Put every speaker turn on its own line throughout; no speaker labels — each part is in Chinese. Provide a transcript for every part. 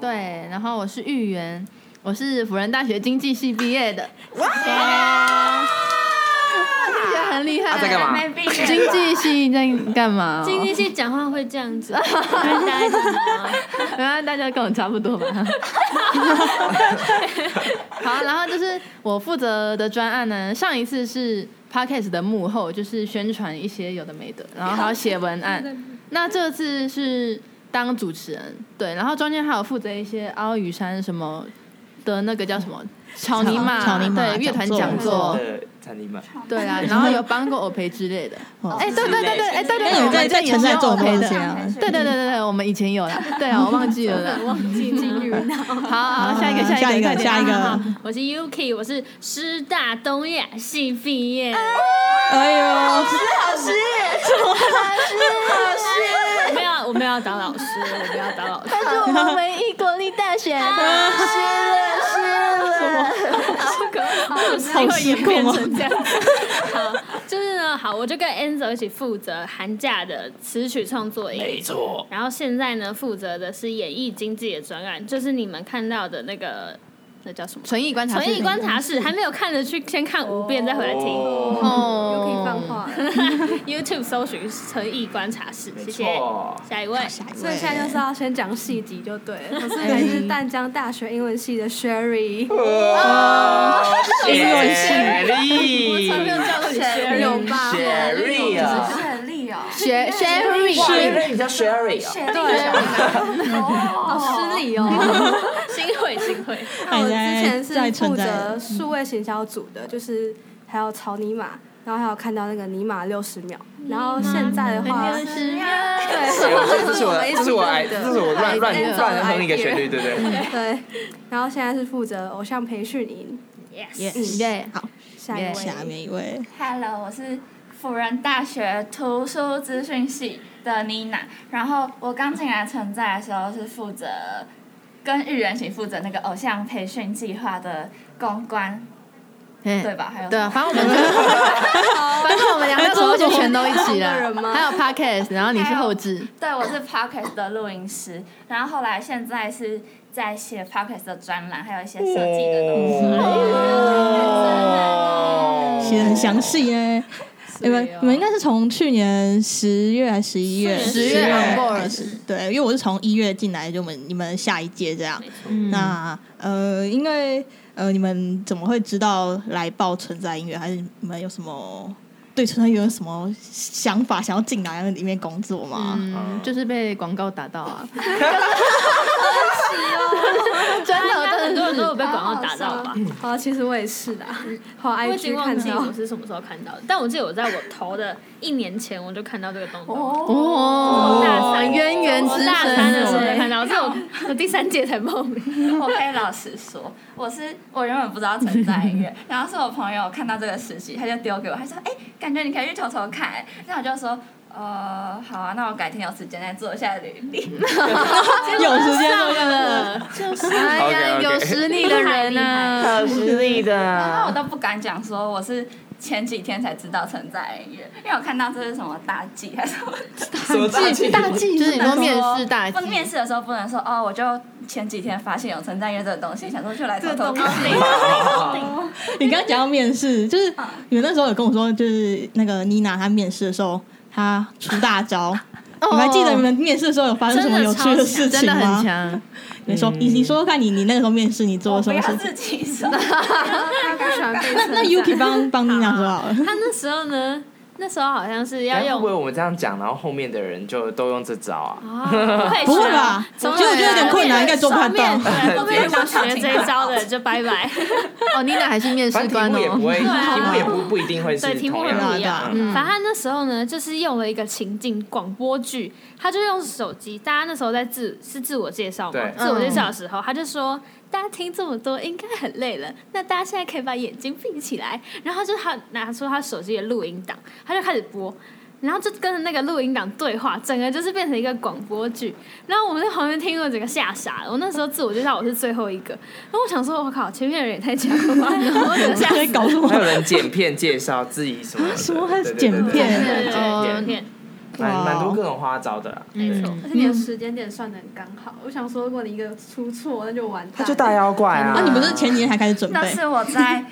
对，然后我是玉圆，我是辅仁大学经济系毕 业的。哇，听起来很厉害。
啊在干嘛
还没毕业
经济系在干嘛？
经济系讲话会这样子，大家怎
哦
么？
原来大家跟我差不多吧。 好，然后就是我负责的专案呢，上一次是 podcast 的幕后，就是宣传一些有的没的，然后还要写文案。那这次是当主持人，对，然后中间还有负责一些奥羽山什么的那个叫什么草泥马，
草泥马
对，乐团讲
讲座
座，
的产你们，
对啊，然后有帮过我培之类的。哎，对对对对，哎对对对，
那你
我
们在
们
在
这也
存
是
在
有
做很多
OK
东
的
西啊？
对对对对对，我们以前有啦，对啊，我忘记了啦。
忘记金鱼脑。
好，好，下一个，
下
一
一
个，快
个
点
啊下一个
好
我是 Yuki，我是师大东亚系毕业。
哎呦，
我们要，我们要当老师，我们要当老师。
他是我们唯一国立大学的
好失控哦！
好，就是呢，好，我就跟 Enzo 一起负责寒假的词曲创作营，
没错，
然后现在呢，负责的是演艺经济的专案，就是你们看到的那个，那叫什么？
纯艺观察，
纯艺观。察室还没有看的去先看五遍，再回来听。
哦，
哦，
可以放话，
YouTube 搜寻诚意观察室，
没
谢谢。
错，哦
下一位，
所以现在就是要先讲细集就对了。我是来 自淡江大学英文系的
英
Sherry，
文系
力，
叫你
学有
啊
吧？
雪莉啊，
雪莉哦，
学 Sherry，
哇，原来你叫 Sherry 啊。
对，好失礼哦。
新会新会，
那我之前是
嗯
负责数位行销组的，就是还有草泥马，然后还有看到那个尼玛六十秒，然后现在的话，对，
这是我，这是我，这是我乱乱
哎
乱哼一个旋律，对不对？
对，然后现在是负责偶像培训营，
Yes，耶，好，
下一位
Yeah
下面一位，
Hello，我是辅仁大学图书资讯系的妮娜。然后我刚进来存在的时候是负责跟玉人一起负责那个偶像培训计划的公关，对
对
吧？还有
对啊，反正我们就， 反正我们两个工作全都一起了
还有这么多人，吗
还有 podcast，然后你是后置，
对，我是 Podcast 的录音师。然后后来现在是在写 Podcast 的专栏，还有一些设 计的东西。
嗯
哦
写的很详细哎。你们你们应该是从去年十月还是十一月？
十月 onboard
开始对，因为我是从一月进来，就我们你们下一届这样。
嗯
那呃，因为呃，你们怎么会知道来报存在音乐？还是你们有什么对存在音乐有什么想法，想要进来里面工作吗？
嗯，就是被 广告打到啊，真的，真的
很多人
是
都有被广广告打到吧。
好，其实我也是的，啊好
我已经
IG
忘
看
记我
到。
是什么时候看到的，但我记得我在我投的一年前我就看到这个东东。
哦
我大三
渊源
我
之哦
大三的时候
深，
才看到，这我我第三届才报名。
我可以老实说，我是我原本不知道存在音乐，然后是我朋友看到这个实习，他就丢给我，他说：“哎、感觉你可以去偷偷看。”那我就说：“呃，好啊，那我改天有时间再做一下履历。
嗯
有时间
上了，哎呀，
OK，OK
有实力的人啊呐、
有实力”
然后我
的。
都不敢讲说我是前几天才知道存在音乐，因为我看到这是什么大忌还是什么。
什么大忌？
大忌 就是你说面试大忌
不，面试的时候不能说哦，我就前几天发现有存在音乐这个东西，想说就来偷偷看。
你刚刚讲到面试，就是你们那时候有跟我说，就是那个妮娜她面试的时候，她出大招。
哦
你们还记得你们面试的时候有发生什么有趣事
真
情
的很
吗？
强。
你说，你你说说看你你那个时候面试你做
我
了什
不
么
要
事
哦
情？
自己说，
他不喜欢被
那那 Yuki 帮帮妮娜说好了。
他那时候呢，那时候好像是要
哎会
用
不会我们这样讲，然后后面的人就都用这招啊？
啊，不会
不会
学
吧
从
我觉得我觉得有点困难应该做不太到
从面对后面如果
我觉得
学这一招的就拜拜。
哦，妮娜还是面试
反正
官
题目也不
哦。
会，
对啊
题目也不不一定会是
对，题目
同
也
样
不
的啊
一样。
嗯
啊反正他那时候呢，就是用了一个情境广播剧，他就用手机，大家那时候在自是自我介绍嘛
对，
自我介绍的时候，他就说。大家听这么多应该很累了，那大家现在可以把眼睛闭起来，然后就他拿出他手机的录音档，他就开始播，然后就跟着那个录音档对话，整个就是变成一个广播剧。然后我们在旁边听，我整个吓傻了。我那时候自我介绍我是最后一个，然后我想说，我靠，前面的人也太强了吧，我整个吓死
在
了。
搞什么
还？有人剪片介绍自己什么的
什么还
对对
剪
对对
片
对对
哦嗯
对剪 片，蛮
哇
蛮多各种花招的啦。
没错。
而且你的时间点算的很刚好。我想说，如果你一个出错，那就完蛋。
他就大妖怪啊！
啊，你不是前几天还开始准
那
备？
是我在。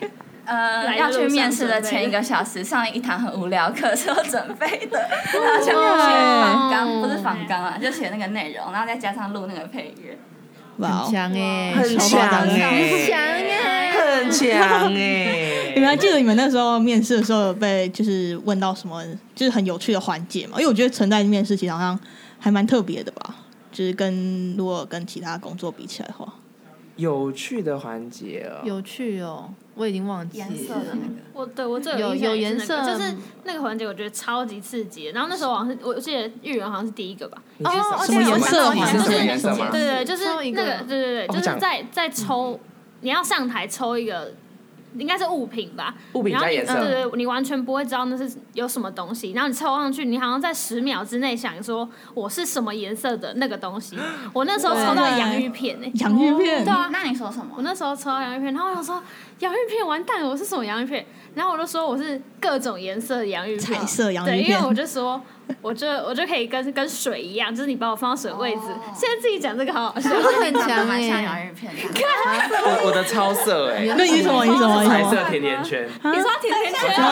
呃，
来
要
的
去
路上
面试的
准备
前一个小时上一堂很无聊课是我准备的，然后就写仿纲，不是仿纲啊，就写那个内容，然后再加上录那个配乐。
哇哦，
强哎、
很
超夸
强
张欸的
哎，很强哎！
你们还记得你们那时候面试的时候有被就是问到什么就是很有趣的环节吗？因为我觉得存在面试其实好像还蛮特别的吧，就是跟如果跟其他工作比起来的话，
有趣的环节哦，
有趣哦，我已经忘记了
颜色的那个
我对我最
有
印象
有
也是
颜
那个
色
就是那个环节，我觉得超级刺激。然后那时候好像是，我记得玉人好像是第一个吧。
你是
哦
什
什么
么
颜色
你是什么颜色吗
对？对，对就是
抽一个
那个，对对
啊
对，
哦
就是
讲
在在抽，你要上台抽一个，应该是物品吧。
物品
然后
加
你
颜
对对
色，
对，你完全不会知道那是有什么东西。然后你抽上去，你好像在十秒之内想说我是什么颜色的那个东西。我那时候抽到洋芋片呢、
洋芋片
对，啊，
那你说什
我
么？
那时候抽到洋芋片，然后我想说洋芋片完蛋了，我是什么洋芋片？然后我就说我是各种颜色的洋芋片，
彩色洋
对，
芋
因
片
为，我就说，我就我就可以跟跟水一样，就是你把我放到水位置。
哦
现在自己讲这个 好好笑，
很强
蛮
哎、
像洋芋片的。
我我的超色哎，
那你是什么？你是什么？你
彩
是什
色
么？
甜甜圈，
你说甜甜圈，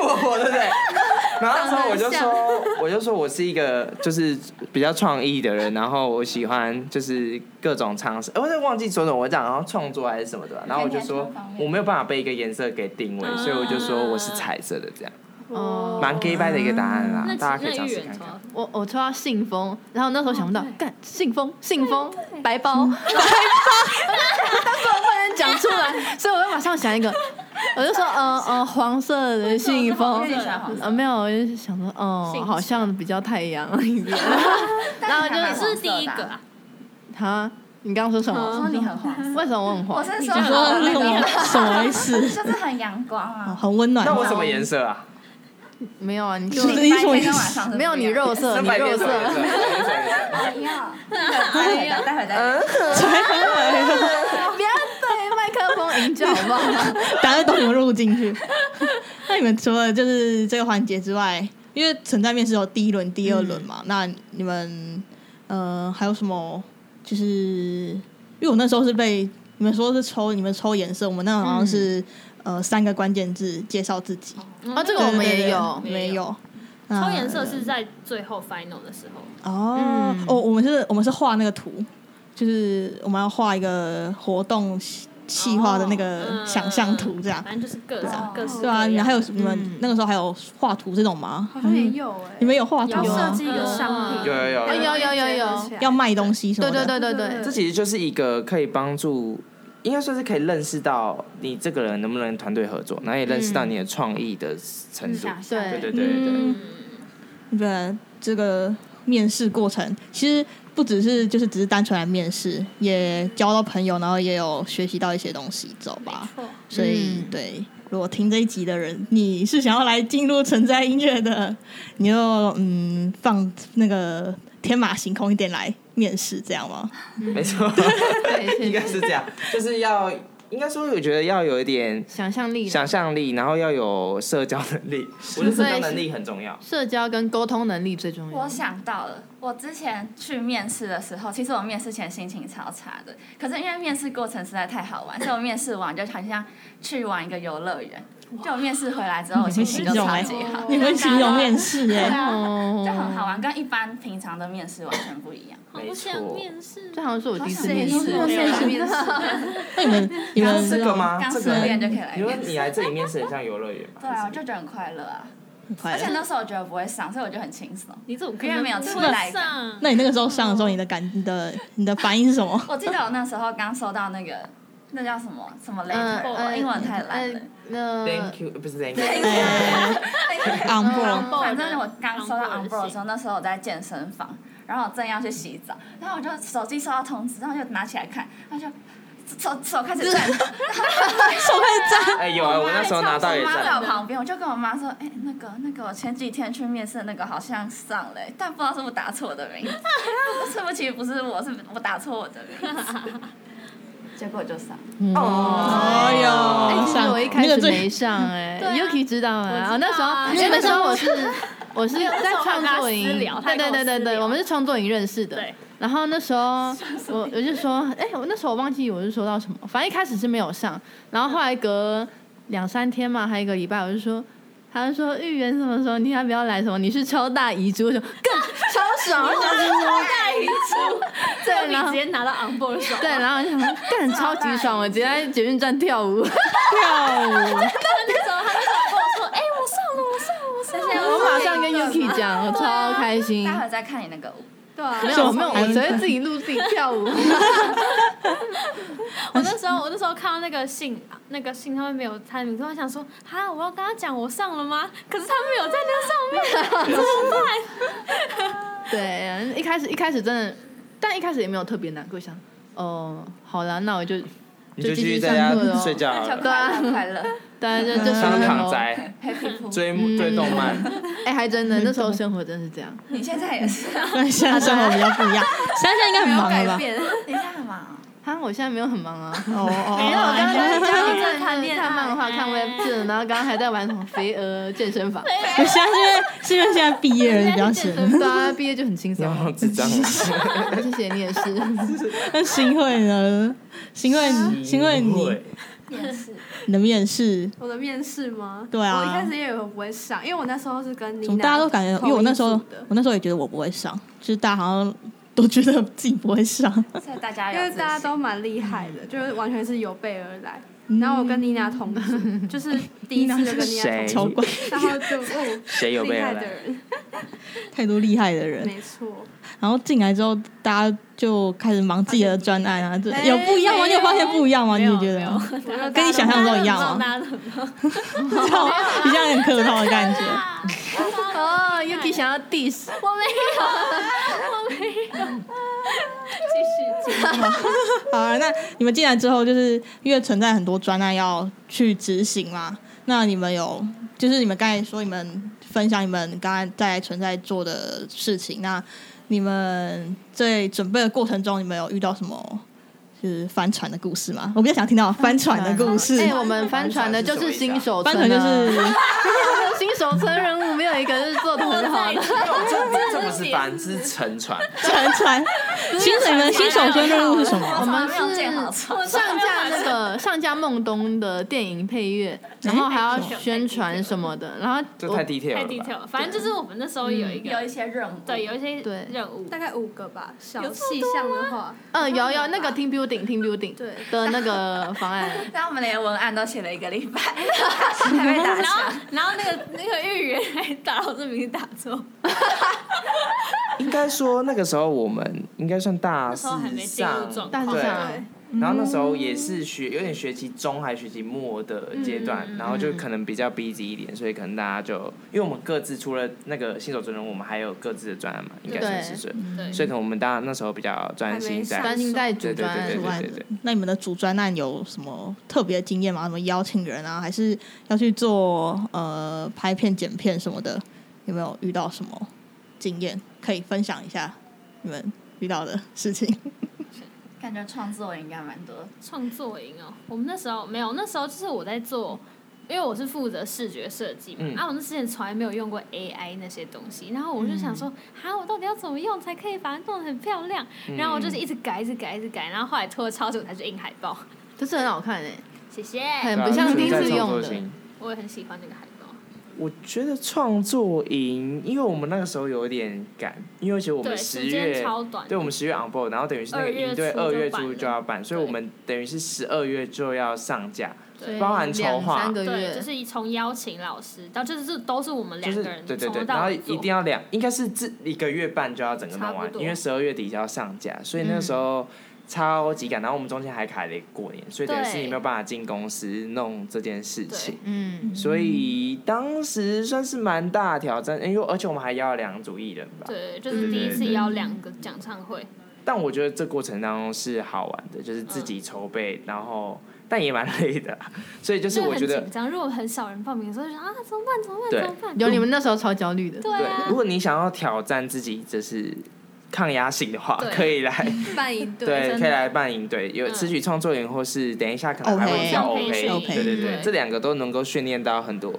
我我对不对？然后那时候我就说，我就说我是一个就是比较创意的人，然后我喜欢就是各种尝试，呃我也忘记说什么，我讲然后创作还是什么的吧。然后我就说我没有办法被一个颜色给定位，所以我就说我是彩色的这样，
哦
蛮 gay bye 的一个答案啦
那，
大家可以
那
尝
芋
试
圆
看
抽到
看。
我我抽到信封，然后那时候想不到，干信封，信封，白包，白包，但是我不能讲出来，所以我就马上想一个，我就说，呃呃，黄色的信封
为什么是黄色的黄，色
呃，没有，我就想说，哦、
信纸
好像比较太阳 一点。
然后
你是第一个啊，
嗯
哈，你刚刚说什
我说
么？
嗯你很黄，
为什么我很
我
黄？
是
你
说
你说那
你
种什么意思？哦
就是很阳光啊。
很温暖。
那我什么颜色啊？
没有啊，你就
你是
白天跟晚上是
没有你肉 色，
那
你
白
肉
天什么哦颜色？
色，
白天什
不一
么颜 色
样，哎待会待会待会，
不要对麦克风引酒好不 好？
大家都有录进去。 那你们除了就是这个环节之外，因为存在面试有第一轮、第二轮嘛，
嗯
那你们呃还有什么？就是因为我那时候是被你们说是抽，你们抽颜色，我们那好像是、
嗯
呃三个关键字介绍自己，
啊，这个我们
对对
也
对
有，
没有。
抽
那
颜色是在最后 final 的时候，
哦、
嗯
哦，我们是我们是画那个图，就是我们要画一个活动细化的那个
嗯
想象图，这样。
反正就是各种
哦
各式各
对啊，
样
你还有
的
你们
嗯
那个时候还有画图这种吗？
好像也有啊哎，
你们有啊画图
要设
吗？
计一个商品，
有
哎
有有
然后
有有有有
结合起来
要卖东西什么
对
的？
对对对对
对
对
这。其实就是一个可以帮助应该算是可以认识到你这个人能不能团队合作，然后也认识到你的创意的程度。
想象
对
对对对对
嗯
对，
嗯对这个面试过程，其实不只是就是只是单纯来面试，也交到朋友，然后也有学习到一些东西，走吧。所以、
嗯
对，如果听这一集的人，你是想要来进入存在音乐的，你就嗯放那个天马行空一点来面试，这样吗？
没错，
对，
应该是这样，就是要应该说，我觉得要有一点
想象力啦、
想象力，然后要有社交能力。我觉得社交能力很重
哦
要。
社交跟沟通能力最重要。
我想到了，我之前去面试的时候，其实我面试前心情超差的，可是因为面试过程实在太好玩，所以我面试完就好像去玩一个游乐园。就我面试回来之后，我心情 就超级好，
你会形容面试哎、
对啊，
哦
就很好玩，跟一般平常的面试完全不一样。
没
好想
错，
面试
这，好像是我第一次
好想
面
面
试
试，
我
哦
面试
面试
那你们你们
这个吗？
刚
这
失
个
恋就可以来
你说
面
你
试。
来这里面试很像游乐园吗？
对啊，我就觉得很快乐啊，
很快
而且
乐。
那时候我觉得我不会上，所以我就很轻松。
你怎么可
因为
能
没有
不
出来感
上？
那你那个时候上的时候，你的感你的你的反应是什么？
我记得我那时候刚收到那个，那叫什么什么 letter，
嗯
我英文太烂了。
那
Thank you，呃不是 Thank you，
昂 n
反
嗯
正我刚收到
Onboard 的
onboard 的时候，那时候我在健身房，然后我正要去洗澡，然后我就手机收到通知，然后我就拿起来看，然后就手手开始震，
手开始
哎有啊，我那时候拿到也
我妈在我
在。
旁边，我就跟我妈说，哎、那个那个，我前几天去面试的那个好像上了、欸 但不知道是不是打错我的名字， 是不是其实不是我，是我打错我的名字， 结果就上。
哎呦，
哎，其实
上
我一开
那
始
个
没
最
上哎
对啊
，Yuki 知道
我知
啊，
道
哦
啊
那时候因为那时候我是 我是在创作
因
营
为那时候我跟他私
对对对对
聊，他跟我私
对，
聊
我们是创作营认识的。
对，
然后那时候 我我就说，哎、我那时候我忘记我是说到什么，反正一开始是没有上，然后后来隔两三天嘛，还有一个礼拜，我就说，他就说预言什么时候你要不要来什么，你是超大遗珠，我就更超 爽，我想说
大遗珠，最后
对然
啊
后
你直接拿到 onboard 手，
啊
对，然后我就想说更超级爽，我直接在捷运站跳舞，
那时候他就跟我说，哎，我上了，我上了，我上 了，
我马上跟 Yuki 讲，我超开心。
待会再看你那个舞，
对啊，
没有没有，我只会自己录自己跳舞。
我那时候，我那时候看到那个信，那个信上面没有他的名字，我想说，哈，我要跟他讲我上了吗？可是他没有在那上面，怎么办？
对，一开始一开始真的，但一开始也没有特别难过，想哦，好啦，那我就
你就
就继
去
续
在家
上课咯
睡觉好
就
了，
快乐快乐
大家就就是
当
那
躺
种
宅
啊
，Happy p o
追追动漫。
哎、还真的，那时候生活真是这样。
你现在也是，
跟现在生活比较不一样，现在应该很忙了吧？
变，
你现在很忙哦、
哈，我现在没有很忙啊。
哦 哦，
没有，我刚刚在家里
在谈恋爱
看哎漫画、看 Web 剧，然后刚刚还在玩什么肥鹅健身房。
我 现在是因为是因为现在毕业了比较闲，
对啊，毕业就很轻松。
哦
然后智障，啊
谢谢你也是。
那新会呢？新会你，新会你
对
也是，
你的面试，
我的面试吗？
对啊
我一开始也以为我不会上，因为我那时候是跟你
怎么大家都感觉，因为我那时候我那时候也觉得我不会上，就是大家好像都觉得自己不会上，
所以大家
因
有
为
自
大家
信
都蛮厉害的，就是完全是有备而来。
嗯
然后我跟妮娜 同组，就是第一次就跟妮娜同
谁
组，
超怪，
然后就哦，
谁有备
厉
而
害
来
的？人，
太多厉害的人。
没错，
然后进来之后，大家就开始忙自己的专案啊，这
哎
有不一样吗？
没有
你有发现不一样吗？你有觉得吗？
我就
跟你想象中一样吗？
大家都很棒
比较比较很客套的感觉。
哦，Yuki 想要 diss，
我没有，我没有，继续继续，
好啊，那你们进来之后，就是因为存在很多专案要去执行嘛，那你们有就是你们刚才说你们分享你们刚才在存在做的事情，那你们在准备的过程中，你们有遇到什么就是翻船的故事吗？我比较想听到翻船的故事。
哎、我们帆船的就是新手
翻
村啊，
船就是
新手村任务，没有一个是做的很好的。
这这不是帆，是沉船。
沉船。新手你们新
啊
手村任务是什
我
么？
们没有见好处，
上架那个上架梦东的电影配乐，
嗯
然后还要宣传什么的，然后
这
我
太 detail
太
了吧
detail，了反正就是我们那时候有一 个，
嗯有一些任务，
对，有一些
对
任务，
大概五个吧，小细项的话，
呃有有那个 team building team building
对
的那个方案，
但我们连文案都写了一个礼拜，还被打
然后
枪。
然后那个那个预言还打我这名字打错，
应该说那个时候我们应该算大
那时
四
候还没进入
上，
状
况
对
大四上
对，
然后那时候也是学有点学期中还学期末的阶段，然后就可能比较 busy 一点，所以可能大家就因为我们各自除了那个新手专人，我们还有各自的专案嘛，应该算是是，
对，
所以可能我们大家那时候比较专心
还没
在
上
专心在主
对对
专案
对
上
对
专
对对，
那你们的主专案有什么特别的经验吗？什么邀请人啊，还是要去做呃拍片、剪片什么的？有没有遇到什么经验可以分享一下？你们遇到的事情？
感觉创作应该蛮多。
创作营哦，我们那时候没有，那时候就是我在做，因为我是负责视觉设计嘛，
嗯
啊，我那之前从来没有用过 AI 那些东西，然后我就
嗯
想说，哈、我到底要怎么用才可以把它弄得很漂亮？
嗯
然后我就是一直改，一直改，一直改，然后后来拖了超久才去印海报，
就是很好看哎，
谢谢，
很
对啊
不像第一
存
次
在创
用
作
的
性
我也很喜欢那个海报，
我觉得创作营，因为我们那个时候有点赶，因为其实我
对，
们
时
十
间
月，
超短，
对，我们十月 on board，然后等于是那
二
个
月
营队
初
二
就
月
办
初
了
就要办，所以
对
我们等于是十二月就要上架，
对
包含筹
两
划
三个
对，
月，
就是从邀请老师到就是这都是我们
就
两
是
个人
对对
从
对，然
头到
后
尾
一
做
定要两，应该是这一个月半就要整个弄
差
完
不，多嗯
因为十二月底就要上架，所以那个时候超级赶，然后我们中间还卡了一个过年，所以等于是
对
你没有办法进公司弄这件事
对
情。
嗯，
所以当时算是蛮大的挑战，因为而且我们还邀了两组艺人吧。
对，就是第一次邀两个讲唱会，
但我觉得这过程当中是好玩的，就是自己筹备，然后但也蛮累的啦，所以就是
就
我
很
觉得
紧张。如果很少人报名的时候，就想啊，怎么办？怎么办？
对
怎么办？
有你们那时候超焦虑的，
对
对
啊，，
如果你想要挑战自己，就是抗压性的话
对，
可以来
办一 对
对，
真
可以
的
来办营队，有
嗯
词曲创作营，或是等一下可能还
OK
会叫
OK
OK，
OK
对对对
对，
这两个都能够训练到很多，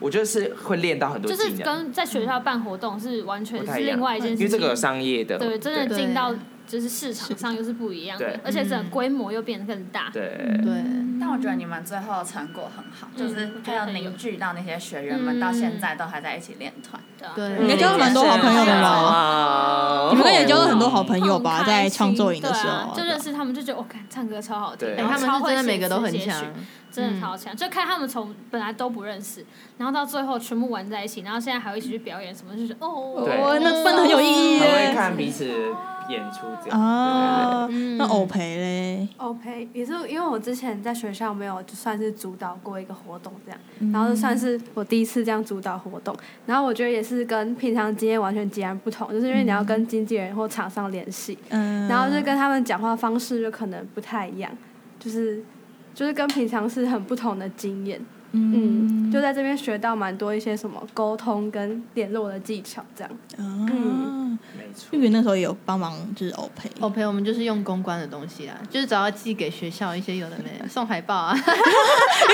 我觉得是会练到很多
就
技能，
是跟在学校办活动是完全
不
是
太一样
另外一件事
因
情，
为这个有商业的，
对，真的
对
进到就是市场上又是不一样的
对，嗯
而且整个规模又变得更大。
对
对，
嗯
但我觉得你们最后成果很好，就是还有凝聚到那些学员们，
嗯
到现在都还在一起练团。
对啊，
对
应该交
嗯
了蛮多好朋友的吧？
吧
你们应该也交了很多好朋友
很
吧？
开
在
心
创作营的
对
时候
啊
啊，
就
对啊
认识他们，就觉得我看唱歌超好听，
对
哎，
然后
他们
超
是
会
真的
写
每个都
词
很
写曲
强，
真的超
嗯
强，就看他们从本来都不认识，然后到最后全部玩在一起，然后现在还会一起去表演什么，就是哦，
对
哦，那办的很有意义
很会
耶。
看彼此演出这样，
啊，那
嗯
偶培嘞，
OK，也是因为我之前在学校没有就算是主导过一个活动这样，然后就算是我第一次这样主导活动，然后我觉得也是跟平常经验完全截然不同，就是因为你要跟经纪人或厂商联系，
嗯，
然后就跟他们讲话方式就可能不太一样，就是就是跟平常是很不同的经验，嗯，就在这边学到蛮多一些什么沟通跟联络的技巧这样，
嗯，
没错
玉。云那时候也有帮忙，就是偶培，
我哦陪我们就是用公关的东西啦，啊就是只要寄给学校一些有的没的，送海报啊。
虽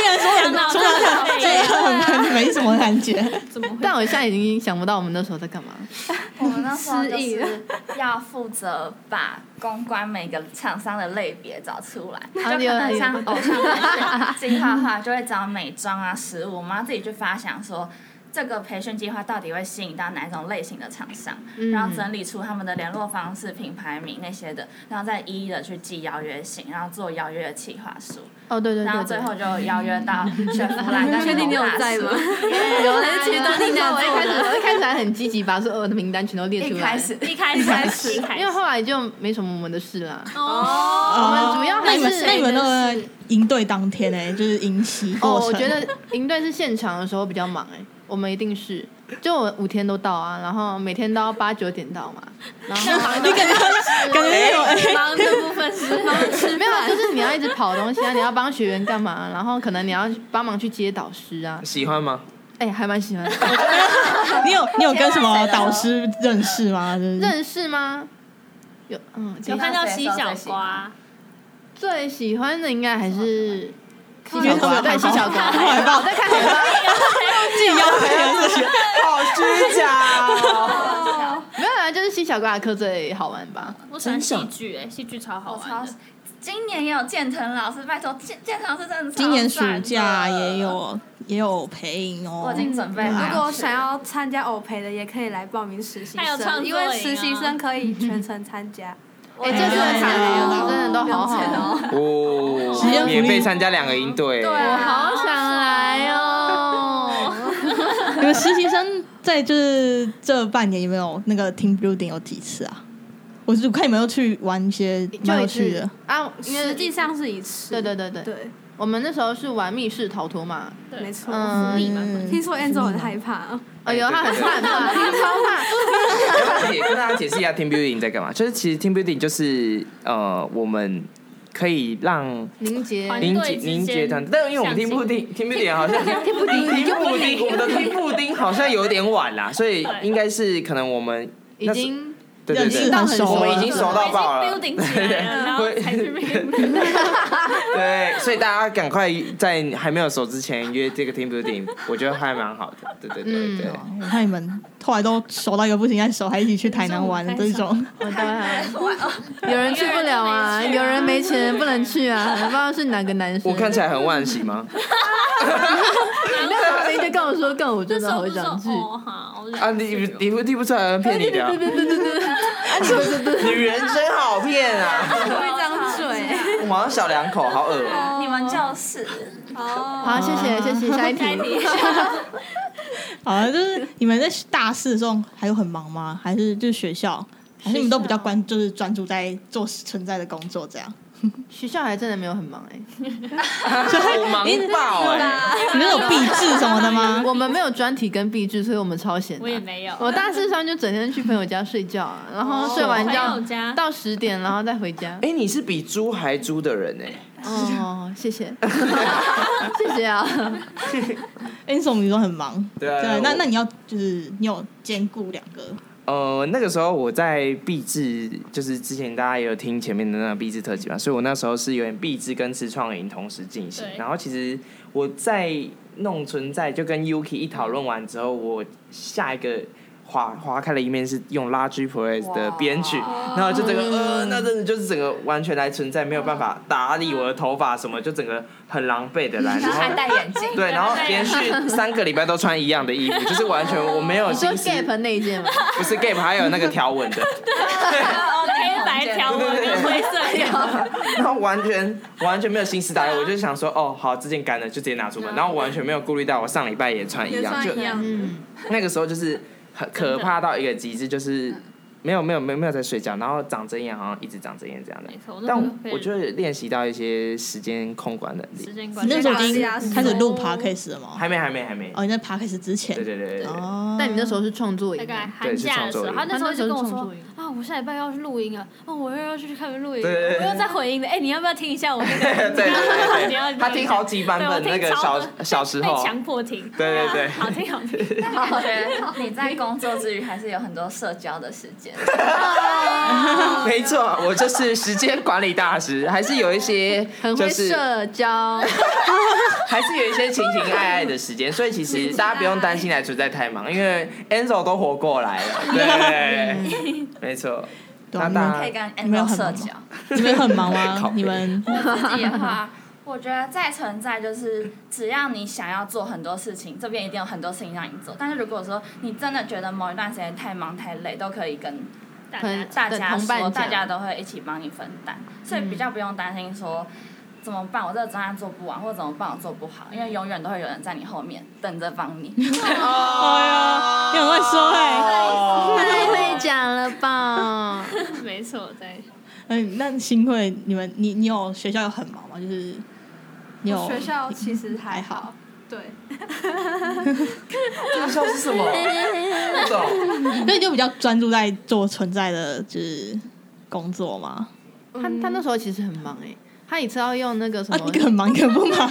然 说很
那
说
那很累
很很 没什么感觉，
怎么会
但？我现在已经想不到我们那时候在干嘛。
我们那时候就
失忆
是 要负责把公关每个厂商的类别找出来，
啊
就可能像偶像 培训计划的话，就会找美妆啊、食物，我们要自己去发想说。这个培训计划到底会吸引到哪种类型的厂商？然后整理出他们的联络方式、品牌名那些的，然后再一一的去寄邀约信，然后做邀约的企划书，
哦，对对对
然后最后就邀约到雪芙兰 跟
确定你有
红辣
在吗
素？
有人
其实都 是你
我一开
做的
始我一开始还很积极，把所有的名单全都列
一
出来。
开始，
一开始开始，一开
因为
始
后来就没什么我们的事啦。
哦，
我
们主要
那
还
你
是
们那你们那个营队当天呢，就是迎席
哦，
过程，
我觉得营队是现场的时候比较忙哎、我们一定是，就我五天都到啊，然后每天都要八九点到嘛，然后
你感觉感觉那种哎
忙的部分是忙着吃
没有，就是你要一直跑东西啊，你要帮学员干嘛，啊然后可能你要帮忙去接导师啊，
喜欢吗？
哎、还蛮喜欢的。
你有你有跟什么导师认识吗？就是
认识吗？有，嗯，其
有
实
看到西小瓜，
最喜欢的应该还是西
因
小
为他们
瓜，
有
对，西 小瓜，
海报，
在看海报，
自己邀请的事情，
好虚假
啊
哦！
没有啦，就是西小瓜的课最好玩吧。
我喜欢戏剧，哎，戏剧超好
我超
玩的。
今年也有建腾老师，拜托建建腾老师真的超
今年暑
帅的
假也，有也有陪营哦，
我已经准备好了。
如果想 要参加偶培的，也可以来报名实习
还有创
生，因
作营啊
为实习生可以全程参加。
我
哎这次的
场
合真的都好好哦，
时间
哦，
福利
免费参加两个营队，
对啊
我好想来哦。
你们实习生在就是这半年有没有那个 team building 有几次啊？我是看你们又去玩一些蛮
就
有
一
趣的
次，啊，因为
实际上是一次。
对对对对，
对，
我们那时候是玩密室逃脱嘛，
没错。
嗯
密码嘛
听说 Angel 很害怕啊，
哎呦，他很
对对对
怕，他
跟大
很怕，
家解 跟大家解释一下 team building 在干嘛。就是其实 team building 就是呃，我们可以让
凝结
团队
凝
之
结
间
凝结团，但因为我们
相信
team building team building 好像 team building team building 我们的 team building 好像有点晚啦，所以应该是可能我们
已经
对对
认识
对，
很熟
我
了，
们已经熟到爆
我
了
已。经 building 起来了， 然后才去 building。
对，所以大家赶快在还没有熟之前约这个 team building，我觉得还蛮好的。对对对对，
我看你们后来都熟到一个不行，再熟还一起去台南玩这种，
我当然，有人去不了啊，有人没钱不能去啊，不知道是哪个男生。
我看起来很惋惜吗？
你那时候明明就跟我说，跟我真的好想去。
哦好，我就
啊，你你不听不出来骗你的啊，
对对对 对，
你人真好骗啊！
会张嘴。
我马上小两口，好恶哦。
你们就是
哦，
好，谢
啊
谢谢谢， 下一题。
好像就是你们在大四的时候还有很忙吗？还是就是学校？还是你们都比较关，就是专注在做存在的工作这样？
学校还真的没有很忙哎，
我忙爆哎！
啊
你们有毕制什么的吗？
我们没有专题跟毕制，所以我们超闲的。啊
我也没有。
我大四上就整天去朋友家睡觉啊，然后睡完
朋友家
觉到十点，然后再回家。
哎，你是比猪还猪的人哎！
哦，谢谢， 谢 谢啊。
哎，你怎么你都很忙？
对啊
对，那
我
那你要就是你有兼顾两个，
呃，那个时候我在毕制，就是之前大家也有听前面的那个毕制特辑嘛，所以我那时候是有点毕制跟吃创营同时进行。
对
然后其实我在弄存在，就跟 Yuki 一讨论完之后，我下一个划划开了一面是用拉 G Press 的编曲，然后就整个呃，那真的就是整个完全来存在，没有办法打理我的头发什么，就整个很狼狈的来，然
然后
后
还戴眼镜，
对，然后连续三个礼拜都穿一样的衣服，就是完全我没有
你说
心思
gap 那一件吗？
不是 gap，还有那个条纹的，
哦黑白条纹跟灰色条，
然后完全完全没有心思打理，我就想说，哦，好，这件干了就直接拿出门，然后完全没有顾虑到我上礼拜也穿一样，就
也穿一样
嗯，
那个时候就是很可怕到一个极致，就是没有没有没有没有在睡觉，然后长针眼好像一直长针眼这样的
没。错。
但我我觉得练习到一些时间控管能
时
力，
间
你
管
那时候已经
嗯
开始录 podcast 了吗？
还没还没还没，
哦，你在 podcast 之前
对对对对对，
哦，
嗯但你那时候是创作
大
营，
概寒假的时候，他那时候就跟我说啊，我下礼拜要去录音啊，哦，我又要去看录音，我又在回音的，哎，你要不要听一下我那个？
对对对
你
对
要
对，他听好几版本
对
那
我听
个
超
小
多
小时
被
候，
强迫听，
对对对
好听好听。
感觉你在工作之余还是有很多社交的时间。
没错，我就是时间管理大师，还是有一 些
很会
就是
社交，
还是有一些情情爱爱的时间，所以其 实大家不用担心来存在太忙，因为 Enzo 都活过来了，对，没错。
对
那
啊你们
大
可以
家
跟
没有
Angel
很
社
忙
交。
你们很忙
靠
吗？
北
你们
自己的话，我觉得再存在就是，只要你想要做很多事情，这边一定有很多事情让你做。但是如果说你真的觉得某一段时间太忙太累，都可以跟
大
很
大
家
家
跟同伴
说，
讲嗯
大家都会一起帮你分担，所以比较不用担心说。怎么办？我这个专案做不完，或者怎么办？我做不好，因为永远都会有人在你后面等着帮你。
哎呀，你很会说哎。
哦
哦
太会讲了吧？
没错，对。
嗯，那新会你们你你有学校有很忙吗？就是你有
我学校其实还
还好
好，对，
这个笑是什么？不懂。
那你就比较专注在做存在的就是工作吗？
他他那时候其实很忙哎，他一次要用那个什
啊，
么
你，很忙，你很不 忙。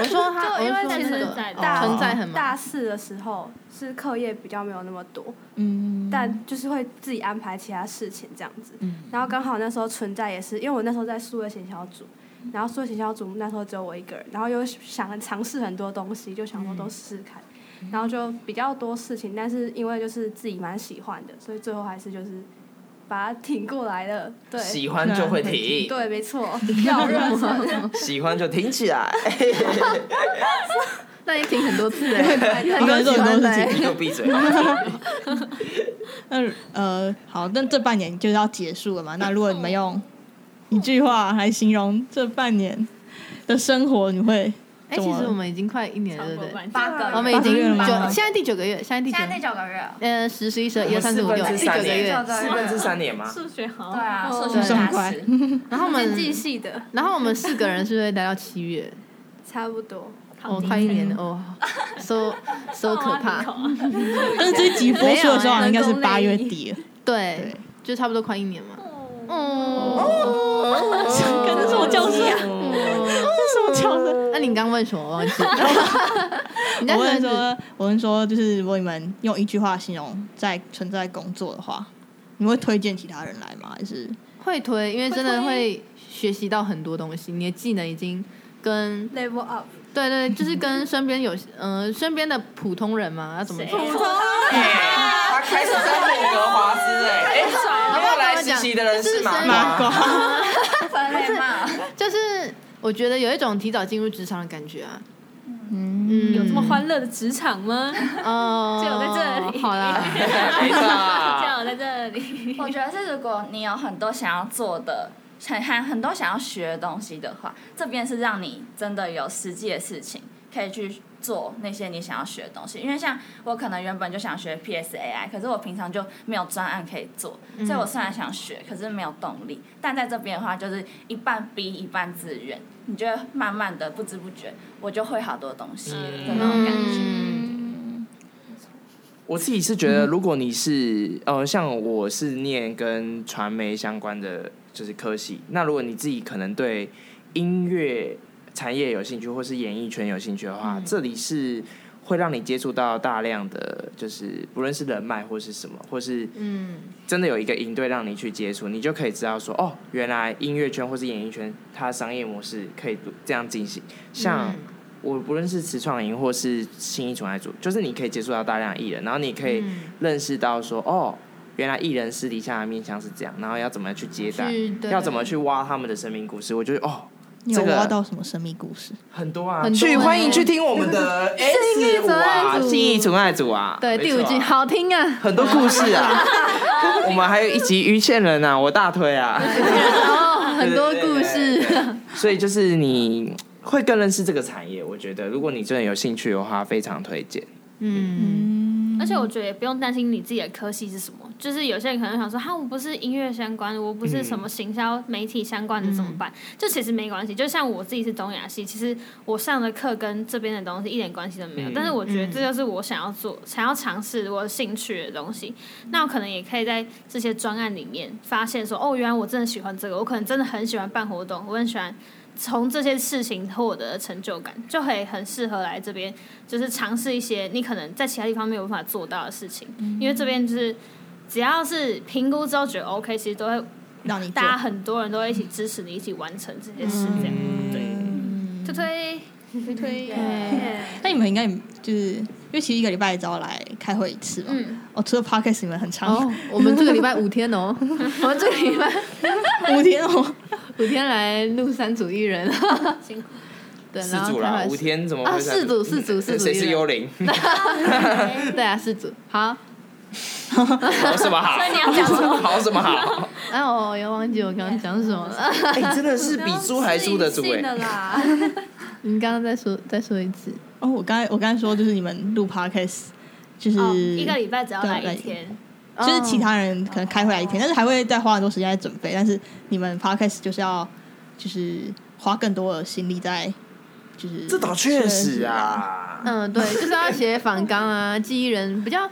我说他，
就因为
我说
其
哦那
实
个
大
存在很忙，
大四的时候是课业比较没有那么多，
嗯，
但就是会自己安排其他事情这样子。然后刚好那时候存在也是，因为我那时候在数位行销组，然后数位行销组那时候只有我一个人，然后又想尝试很多东西，就想说都试试看，然后就比较多事情，但是因为就是自己蛮喜欢的，所以最后还是就是把它挺过来了。对，
喜欢就会停，
对，没错，要有热忱。
喜欢就挺起来，
那你听很多次哎，
你可能做很多事情。
你给我闭嘴。
那呃，好，那这半年就是要结束了嘛？那如果你们用一句话来形容这半年的生活，你会
哎，
怎
其
么
实我们已经快一年了，对不对？
八个月，
我们已经
八个月了吗
九，现在第九个月，现在第
现
九
在，第九个月，
呃，十、十一、十二、一、二、三、四、五、
我
六，
们
第
四
九
分
个
之三
月
年。
对
四分之三年嘛，
数学好
对啊，
哦
社群
这么
大
快
师，
然后我
经济
们，
系的
然后我们四个人是不是待到七月？
差不多。
哦，快一年了哦，so so 可怕。
但是这一集播出的时
啊
候好像应该是八月底 了，
对
对，
就差不多快一年嘛。哦，
可能是我叫声，
哦
这是我叫声。
那你刚问什么？我忘记了。你在
我问
说
说，我问说，就是如果你们用一句话形容在存在工作的话，你会推荐其他人来吗？还是
会推，因为真的会学习到很多东西，你的技能已经跟
Level up，
对对，就是跟身边有嗯、身边的普通人嘛，要怎么说？
他开始在霍格华兹哎，哎，要来实习的人是麻
麻
瓜，
瓜？
分类嘛，
就是我觉得有一种提早进入职场的感觉啊。
嗯，
有这么欢乐的职场吗？
哦，
只有在这里
好啦，
没
这
错，
样在这里，
我觉得是，如果你有很多想要做的，很很很多想要学的东西的话，这边是让你真的有实际的事情可以去做那些你想要学的东西。因为像我可能原本就想学 PSAI，可是我平常就没有专案可以做，所以我虽然想学，可是没有动力。但在这边的话，就是一半逼一半自愿，你就会慢慢的不知不觉，我就会好多东西的那种感觉。
嗯，
我自己是觉得，如果你是呃，像我是念跟传媒相关的就是科系，那如果你自己可能对音乐产业有兴趣，或是演艺圈有兴趣的话，这里是会让你接触到大量的，就是不论是人脉或是什么，或是
嗯
真的有一个营队让你去接触，你就可以知道说，哦，原来音乐圈或是演艺圈它的商业模式可以这样进
嗯
行。像我不论是词创营或是新一纯爱组，就是你可以接触到大量艺人，然后你可以
嗯
认识到说，哦，原来艺人私底下的面相是这样，然后要怎么去接待，
去对
要怎么去挖他们的生命故事。我觉得哦，
你有挖到什么神秘故事？
很多啊，
很多哎
去
欸
欢迎去听我们的 哎 S 五啊，信义纯爱组啊，
对
没
第
错
五
啊
句好听啊，
很多故事啊。我们还有一集于倩人啊，我大推啊，
哦，很多故
对对对
事。
所以就是你会更认识这个产业。我觉得，如果你真的有兴趣的话，非常推荐。
嗯，
而且我觉得也不用担心你自己的科系是什么，就是有些人可能想说，哈，我不是音乐相关，我不是什么行销媒体相关的怎么办？就其实没关系，就像我自己是东亚系，其实我上的课跟这边的东西一点关系都没有，
嗯
但是我觉得这就是我想要做、想要尝试我兴趣的东西。那我可能也可以在这些专案里面发现说，哦，原来我真的喜欢这个，我可能真的很喜欢办活动，我很喜欢。从这些事情获得的成就感，就可以很适合来这边就是尝试一些你可能在其他地方没有办法做到的事情，
嗯
因为这边就是只要是评估之后觉得 OK，其实都会
让你做
大家很多人都会一起支持你，一起完成这件事，这样、
嗯
对，推推
推
对，
那你们应该也就是因为其实一个礼拜只要来开会一次嘛。
嗯
哦，除了 podcast 你们很长
哦，我们这个礼拜五天哦，我们这个礼拜
五天哦，
五天来录三组艺人，
辛苦。
对，
四
然后
组
才
啦
会，
五天怎么
啊
会才？
四组四组四 组
谁是
一人
幽灵？
对啊，四组好。
好什么好？
那你要讲什么？
好什么 好？
哎，我又忘记我刚刚讲什么了。
哎，真的是比猪还猪的猪
不用
哎
自信！的啦，
你刚刚再说再说一次，
哦，我刚才我刚才说就是你们录 podcast，就是、
哦，一个礼拜只要来一天，
哦
就是其他人可能开会来一天，但是还会再花很多时间在准备。但是你们 podcast 就是要就是花更多的心力在，就是
这倒确实，啊。
嗯，对，就是要写访纲啊，记忆人比较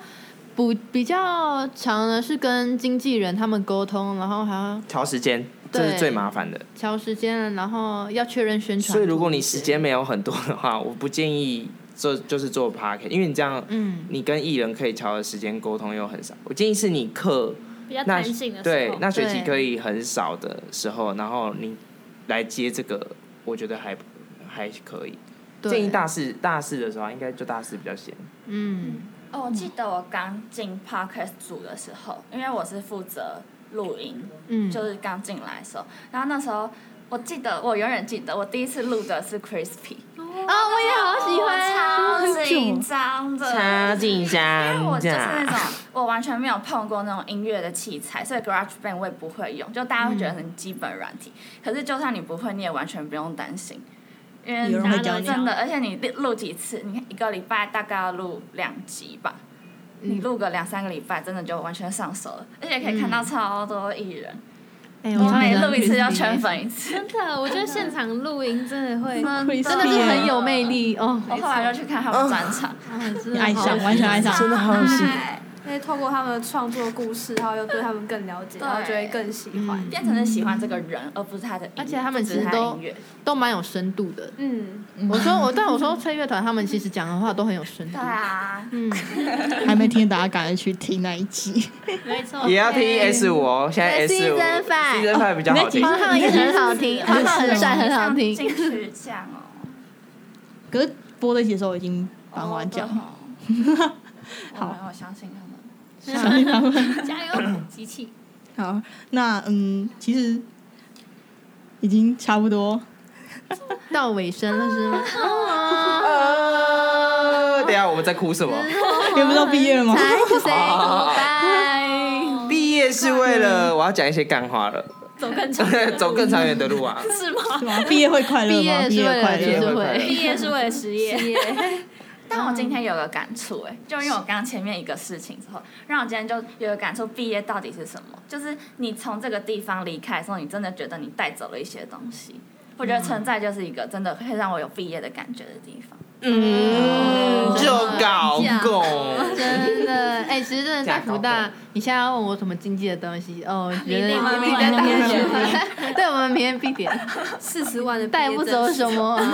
不比较长的是跟经纪人他们沟通，然后还要
调时间，这是
对
最麻烦的。
调时间，然后要确认宣传。
所以如果你时，间没有很多的话，我不建议做就是做 p a r k 因为你这样，
嗯，
你跟艺人可以调的时间沟通又很少。我建议是你课
比较
那
弹性的时
对
候，
那学期
对
可以很少的时候，然后你来接这个，我觉得还还可以。
对
建议大四大四的时候，应该就大四比较闲。
嗯
哦，我记得我刚进 podcast 组的时候，因为我是负责录音，
嗯，
就是刚进来的时候，然后那时候我记得，我永远记得我第一次录的是 crispy，
哦
哦
啊，我也好喜欢，
超紧张的。
紧
因为
张
我就是那种，我完全没有碰过那种音乐的器材，所以 GarageBand 我也
嗯
不会用，就大家会觉得很基本软体。可是就算你不会，你也完全不用担心，因为
有人会教你啊
真的，而且你录几次，你看一个礼拜大概要录两集吧。你录个两三个礼拜，真的就完全上手了，而且可以
嗯
看到超多艺人，
哎、
我
我
每录一次
要
就圈，粉一次，
真的，我觉得现场录音真的会，
真
真的是很
啊
有魅。力哦。哦
我后来就去看他们专场，
真的
爱
好
上，完全爱上，
真的好有兴趣。
因为透过他们的创作故事，然后又对他们更了解，然后就会更喜欢。
变成是喜欢这个人，而不是他的音乐，
而且他们
只是
其实
他的
都
音乐。
都蛮有深度的。
嗯，
我说我，但我说吹乐团他们其实讲的话都很有深度
对。啊，
嗯，
还没听，大家赶快去听那一集。
没错
也要听 S 五哦，现在 S 五
Season five
Season Five 比较好听。
黄浩也 很好听，黄浩很帅，很好听。
金曲奖哦，
可是播这集的时候已经颁完奖了，
哦。对哦我没有相信他们。
相信他们。
加油，机器。
好，那嗯，其实已经差不多。
到尾声了是吗？
呃，等一下我们在哭什 么？
你不是都毕业了吗？
Time to say
哦
goodbye，
毕业是为了我要讲一些干话了，
走更
哦
长，
走更长远的路啊！
是吗？
是吗？毕业会快乐
毕
吗？
业
毕
是
业
为
快
了
毕
学
业
乐
会
生
快乐
会，
毕业是为了实业，
但我今
嗯
天有个感触哎、就因为我刚前面一个事情之后，让我今天就有个感触，毕业到底是什么？就是你从这个地方离开的时候，你真的觉得你带走了一些东西。我
嗯
觉得存在就是一个真的会让我有毕业的感觉的地方。
嗯，就搞共。
真的， 哎，其实真的在福
假高
大
中，
你现在要问我什么经济的东西，哦，我觉得
明天
明天
明
必
必 对，我们明天必点，
四十万的毕业
带不走
证
什么，啊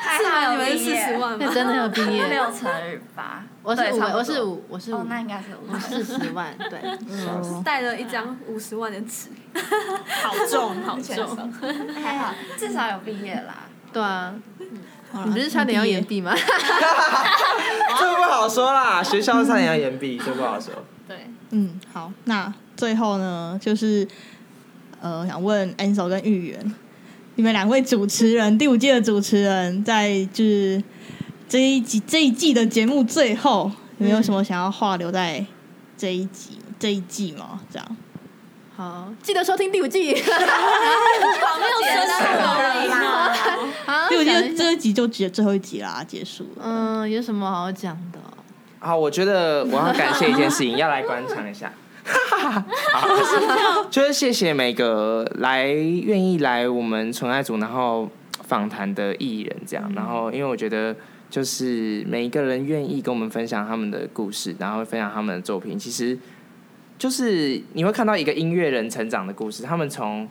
还
是吗？
好
你们是
毕
四
业
十万吗
那？真的有毕业。
六乘以八，
我是
对
五，
差不多
我是五，我是
哦
五，，
那应该是五
我四十万，对，
带了一张五十万的纸，
好 重，好重。
还好，至少有毕业啦。
对啊，
好啦
你不是差点要延毕 吗？
这不好说啦，学校差点要延毕，这不好说。
对，
嗯，好，那最后呢，就是呃，想问 Ansel 跟玉圆，你们两位主持人，第五季的主持人，在就是这一集这一季的节目最后，有没有什么想要话留在这一集这一季吗？
嗯
这样
好，记得收听第五季。
好没有
深度
啦。
好，
第五季
想
的
一下
这一集就结最后一集啦，结束了。
嗯，有什么好讲的哦？
好，我觉得我要感谢一件事情，要来观察一下。 好就是谢谢每个来愿意来我们纯爱组，然后访谈的艺人这样。然后，因为我觉得就是每一个人愿意跟我们分享他们的故事，然后分享他们的作品，其实就是你会看到一个音乐人成长的故事，他们从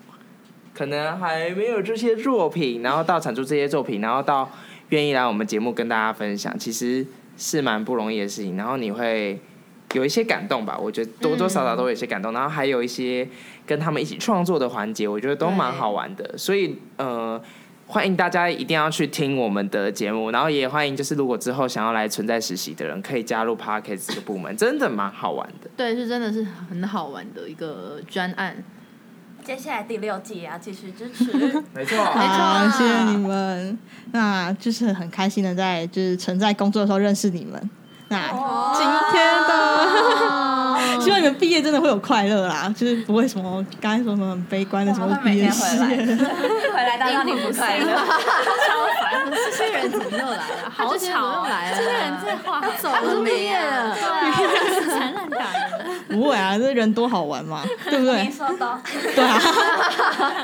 可能还没有这些作品，然后到产出这些作品，然后到愿意来我们节目跟大家分享，其实是蛮不容易的事情。然后你会有一些感动吧，我觉得多多少少都有一些感动。然后还有一些跟他们一起创作的环节，我觉得都蛮好玩的。所以呃，欢迎大家一定要去听我们的节目，然后也欢迎就是如果之后想要来存在实习的人，可以加入 Parkes 这个部门，真的蛮好玩的。
对，是真的是很好玩的一个专 案。
接下来第六季也要继续支持。
没 错，
好，啊谢谢你们，那就是很开心的在就是曾在工作的时候认识你们。那
哦
今 天的，希望你们毕业真的会有快乐啦，就是不会什么刚才说什么很悲观的什
我
么
们会
毕
每
业
天回
事
来，
业。
回来到让你不快 乐，超烦。
哦这些人怎么又来了？好巧，又来了。
这些人在话走
他不是
了
毕业了，
对，啊死缠烂打的。
不会啊，这人多好玩嘛，对不
你
对？
说的，
对啊，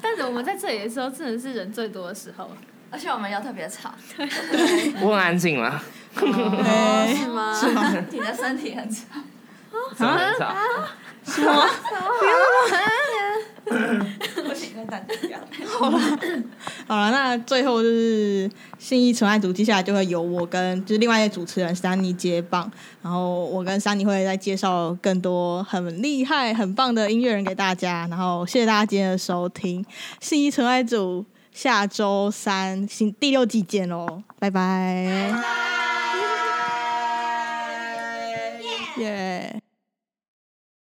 但是我们在这里的时候，真的是人最多的时候。
而且我们又特别吵，
我很安静了，
哦
哎
是吗？
你的身体很吵。
真的很少。
不行， 跟大家一样。
好了，那最后就是信义纯爱组，接下来就会由我跟就是另外一个主持人珊妮接棒，然后我跟珊妮会再介绍更多很厉害、很棒的音乐人给大家。然后谢谢大家今天的收听，信义纯爱组下周三新第六季见喽，拜拜。耶。